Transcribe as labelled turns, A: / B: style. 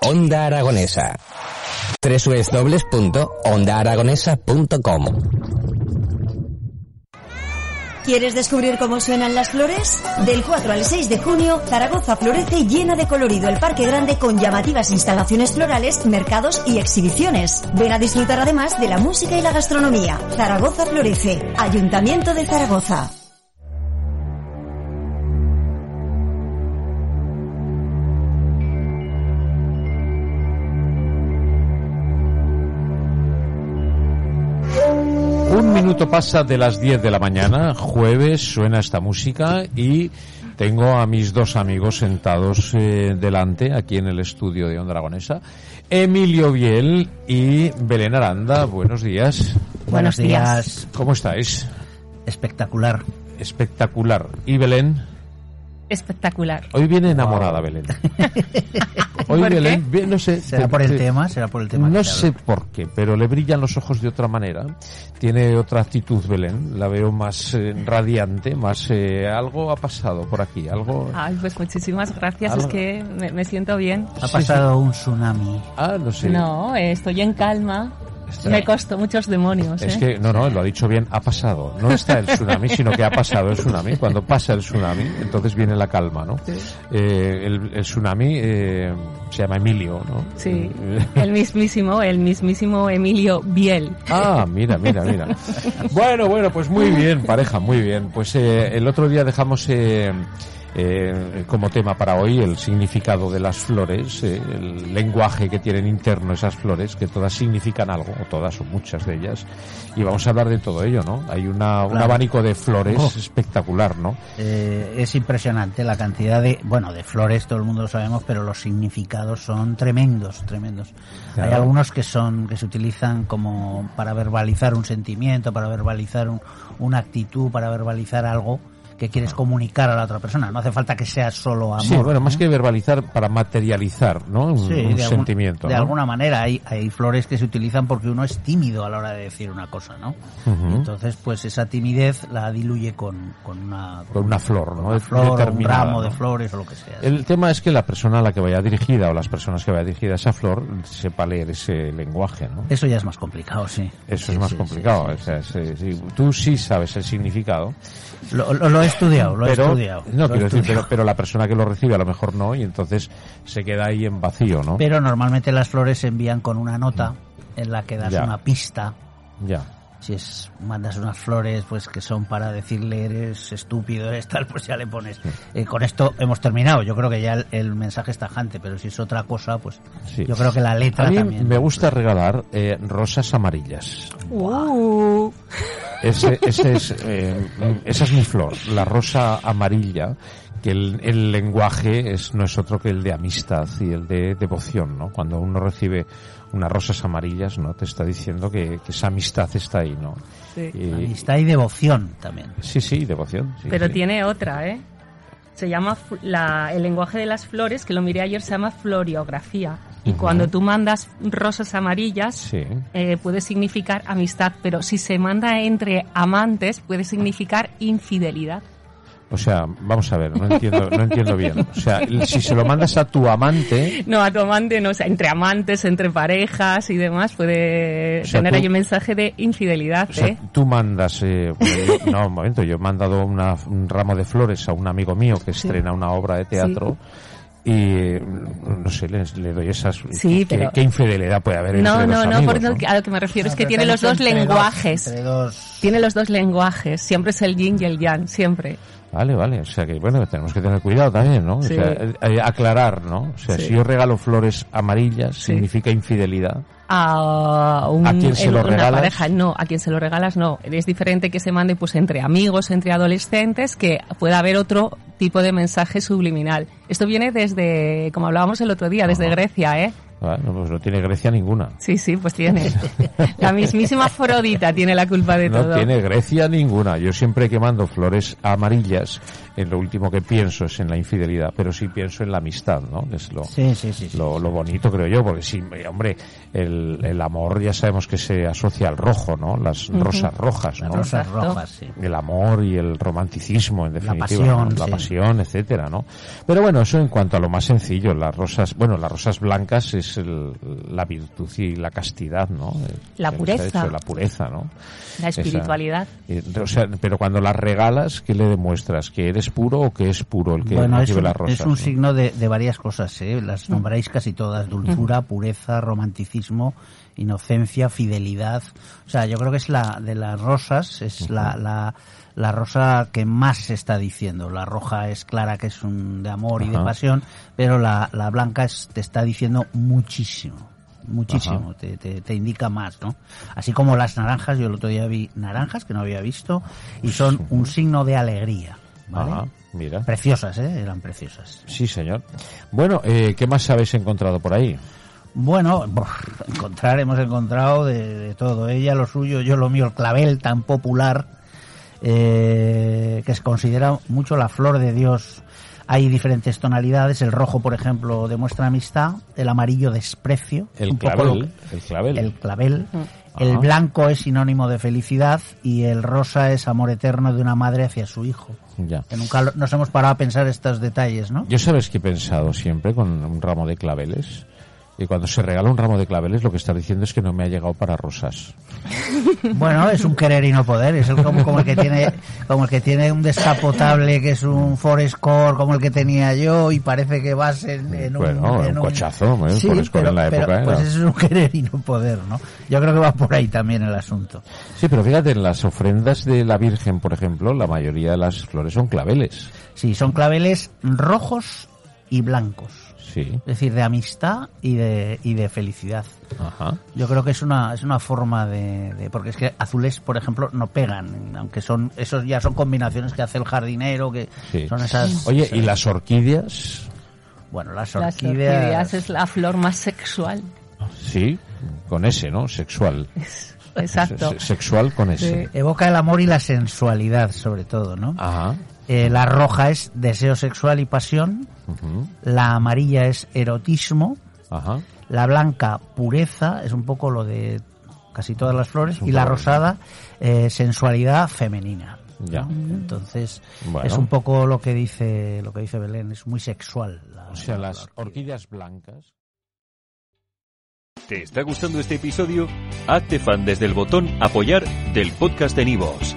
A: Onda Aragonesa. www.ondaaragonesa.com
B: ¿Quieres descubrir cómo suenan las flores? Del 4 al 6 de junio, Zaragoza florece y llena de colorido el Parque Grande con llamativas instalaciones florales, mercados y exhibiciones. Ven a disfrutar además de la música y la gastronomía. Zaragoza florece. Ayuntamiento de Zaragoza.
C: Un minuto pasa de las 10 de la mañana, jueves suena esta música y tengo a mis dos amigos sentados eh, delante aquí en el estudio de Onda Aragonesa, Emilio Biel y Belén Aranda. Buenos días.
D: Buenos días.
C: ¿Cómo estáis?
D: Espectacular.
C: Espectacular. ¿Y Belén?
E: Espectacular.
C: Hoy viene enamorada Belén. Hoy
E: ¿Por qué?
C: Belén, bien, no sé.
D: ¿Será
C: te-
D: por el
C: te-
D: tema? ¿Será por el tema?
C: No
D: que se
C: sé
D: habla?
C: por qué, pero le brillan los ojos de otra manera. Tiene otra actitud Belén, la veo más eh, radiante, más eh, algo ha pasado por aquí, algo
E: Ay, pues muchísimas gracias,
C: Algo.
E: es que me, me siento bien.
D: Ha pasado un tsunami.
C: ah, no sé.
E: No, eh, estoy en calma.
C: Está-
E: Me costó muchos demonios.
C: Es
E: ¿eh?
C: que no, no, lo ha dicho bien, ha pasado. No está el tsunami, sino que ha pasado el tsunami. Cuando pasa el tsunami, entonces viene la calma, ¿no? Eh, el, el tsunami eh, se llama Emilio, ¿no? Eh,
E: Sí, el mismísimo, el mismísimo Emilio Biel.
C: Ah, mira, mira, mira. Bueno, bueno, pues muy bien, pareja, muy bien. Pues eh, el otro día dejamos eh, eh, como tema para hoy el significado de las flores, eh, el lenguaje que tienen interno esas flores, que todas significan algo, o todas o muchas de ellas. Y vamos a hablar de todo ello, ¿no? Hay una, un
D: Claro.
C: abanico de flores
D: Oh.
C: espectacular, ¿no?
D: Eh, es impresionante la cantidad de, bueno, de flores, todo el mundo lo sabemos, pero los significados son tremendos, tremendos.
C: Claro.
D: Hay algunos que son, que se utilizan como para verbalizar un sentimiento, para verbalizar un- una actitud, para verbalizar algo que quieres comunicar a la otra persona. No hace falta que sea solo amor.
C: sí, bueno, más
D: ¿no?
C: que verbalizar, para materializar, ¿no? Un,
D: Sí,
C: un
D: de algún-
C: sentimiento.
D: de
C: ¿no?
D: alguna manera hay, hay flores que se utilizan porque uno es tímido a la hora de decir una cosa, ¿no?
C: Ujú.
D: Entonces, pues esa timidez la diluye con, con una,
C: Con una flor,
D: con
C: ¿no?
D: una flor, o un
C: Determinada,
D: ramo de
C: ¿no?
D: flores o lo que sea.
C: El tema es que la persona a la que vaya dirigida o las personas que vaya dirigida esa flor sepa leer ese lenguaje, ¿no?
D: Eso ya es más complicado, sí.
C: Eso
D: Sí,
C: es más
D: sí,
C: complicado. o sea, es- es- tú sí sabes el significado,
D: sí. Lo, lo- lo he estudiado, lo
C: pero
D: he estudiado.
C: no
D: lo
C: quiero
D: he
C: decir, pero,
D: estudiado.
C: pero la persona que lo recibe a lo mejor no y entonces se queda ahí en vacío, ¿no?
D: Pero normalmente las flores se envían con una nota en la que das
C: Ya.
D: una pista.
C: Ya.
D: Si es, mandas unas flores, pues que son para decirle eres estúpido, eres tal, pues ya le pones. Eh, con esto hemos terminado. Yo creo que ya el, el mensaje es tajante, pero si es otra cosa, pues
C: Sí.
D: yo creo que la letra
C: A mí
D: también.
C: me gusta regalar eh, rosas amarillas.
E: Uh,
C: Ese, ese es, eh, esa es mi flor, la rosa amarilla, que el, el lenguaje es, no es otro que el de amistad y el de devoción, ¿no? Cuando uno recibe unas rosas amarillas, ¿no? Te está diciendo que, que esa amistad está ahí, ¿no?
E: Sí.
C: Y-
D: Amistad y devoción también.
C: Sí, sí, devoción. sí,
E: pero
C: sí.
E: tiene otra, ¿eh? Se llama fl- la- el lenguaje de las flores, que lo miré ayer, se llama floriografía. Y
C: Ujú.
E: cuando tú mandas rosas amarillas,
C: Sí.
E: eh, puede significar amistad, pero si se manda entre amantes puede significar infidelidad.
C: O sea, vamos a ver, no entiendo, no entiendo bien. O sea, el- si se lo mandas a tu amante,
E: No, a tu amante, no, o sea, entre amantes, entre parejas y demás puede
C: O sea,
E: tener
C: tú-
E: ahí un mensaje de infidelidad,
C: o sea,
E: ¿eh?
C: tú mandas, eh, bueno, yo- no, un momento, yo he mandado una- un ramo de flores a un amigo mío que
E: Sí.
C: estrena una obra de teatro. Y eh, no sé, le, le doy esas.
E: Sí,
C: ¿qué,
E: pero-
C: qué infidelidad puede haber?
E: No,
C: entre
E: no,
C: los
E: no,
C: amigos,
E: por lo que- a lo que me refiero es que tiene los dos
D: Entre
E: lenguajes.
D: entre dos-
E: Tiene los dos lenguajes, siempre es el yin y el yang, siempre.
C: Vale, vale. O sea que, bueno, tenemos que tener cuidado también, ¿no? O
E: Sí.
C: sea, eh, eh, aclarar, ¿no? O sea,
E: Sí.
C: si yo regalo flores amarillas,
E: Sí.
C: significa infidelidad.
E: A, un-
C: ¿A quién se
E: en
C: lo
E: una
C: regalas?
E: pareja, no, a quien se lo regalas no. Es diferente que se mande pues entre amigos, entre adolescentes, que pueda haber otro tipo de mensaje subliminal. Esto viene desde, como hablábamos el otro día, desde
C: Ajá.
E: Grecia, ¿eh?
C: Bueno, pues no tiene Grecia ninguna.
E: Sí, sí, pues tiene. La mismísima Afrodita tiene la culpa de
C: No
E: todo.
C: tiene Grecia ninguna. Yo siempre que mando flores amarillas en lo último que pienso es en la infidelidad, pero sí pienso en la amistad, ¿no? Es lo,
D: Sí, sí, sí. sí.
C: lo, lo bonito, creo yo, porque sí, eh, hombre, el, el amor ya sabemos que se asocia al rojo, ¿no? Las rosas rojas, ¿no?
D: Las rosas
E: Exacto.
D: rojas, sí.
C: el amor y el romanticismo en definitiva
D: pasión,
C: ¿no? la
D: sí.
C: pasión etcétera no pero bueno eso en cuanto a lo más sencillo las rosas bueno las rosas blancas es el- la virtud y la castidad no Eh,
E: La
C: que está
E: pureza.
C: hecho, la pureza no
E: La
C: Esa-
E: espiritualidad.
C: Eh, o sea, pero cuando las regalas qué le demuestras que eres puro o que es puro el que
D: Bueno, es
C: recibe
D: un,
C: las rosas
D: es un
C: ¿no?
D: signo de, de varias cosas, ¿eh? las nombráis casi todas, dulzura, pureza, romanticismo, inocencia, fidelidad. O sea, yo creo que es la de las rosas, es la, la, la rosa que más se está diciendo. La roja es clara que es un de amor y de
C: Ajá.
D: pasión, pero la, la blanca es- te está diciendo muchísimo. Muchísimo, te, te, te indica más, ¿no? Así como las naranjas, yo el otro día vi naranjas que no había visto y son un signo de alegría, ¿vale?
C: Pues Ajá, mira
D: Preciosas, ¿eh? Eran preciosas.
C: sí señor bueno eh, qué más habéis encontrado por ahí
D: Bueno, encontrar, hemos encontrado de, de todo. Ella lo suyo, yo lo mío, el clavel tan popular, eh, que se considera mucho la flor de Dios. Hay diferentes tonalidades, el rojo, por ejemplo, demuestra amistad, el amarillo desprecio,
C: el
D: un poco lo-
C: clavel el clavel Mm.
D: el clavel. El
C: Ajá.
D: blanco es sinónimo de felicidad y el rosa es amor eterno de una madre hacia su hijo.
C: ya
D: Que nunca lo- nos hemos parado a pensar estos detalles, ¿no?
C: Yo sabes que he pensado siempre con un ramo de claveles. Y cuando se regala un ramo de claveles, lo que está diciendo es que no me ha llegado para rosas.
D: Bueno, es un querer y no poder, es el- como, como el que tiene como el que tiene un descapotable que es un Forescore como el que tenía yo y parece que vas en, en un
C: Bueno,
D: en
C: un cochazo, ¿eh? El Ford Escort en la época era-
D: pues es un querer y no poder, ¿no? Yo creo que va por ahí también el asunto.
C: Sí, pero fíjate, en las ofrendas de la Virgen, por ejemplo, la mayoría de las flores son claveles.
D: Sí, son claveles rojos y blancos,
C: Sí.
D: es decir, de amistad y de y de felicidad.
C: Ajá.
D: Yo creo que es una, es una forma de, de- Porque es que azules, por ejemplo, no pegan. Aunque son. Esos ya son combinaciones que hace el jardinero, que
C: Sí.
D: son esas.
C: Oye, ¿y las orquídeas?
D: Bueno, las
E: Las
D: orquídeas.
E: orquídeas es la flor más sexual.
C: Sí, con ese, ¿no? Sexual.
E: Exacto.
C: Se- Sexual con ese.
E: Sí.
D: Evoca el amor y la sensualidad, sobre todo, ¿no?
C: Ajá.
D: Eh, la roja es deseo sexual y pasión.
C: Ujú.
D: La amarilla es erotismo.
C: Ajá.
D: La blanca, pureza, es un poco lo de casi todas las flores.
C: un
D: Y la
C: poco-
D: rosada, eh, sensualidad femenina.
C: Ya.
D: Mm.
E: Mm.
D: Entonces,
C: Bueno.
D: es un poco lo que dice lo que dice Belén, es muy sexual. la-
C: O sea,
D: la
C: las
D: orquídea.
C: orquídeas blancas.
F: ¿Te está gustando este episodio? Hazte fan desde el botón Apoyar del podcast de Nivos.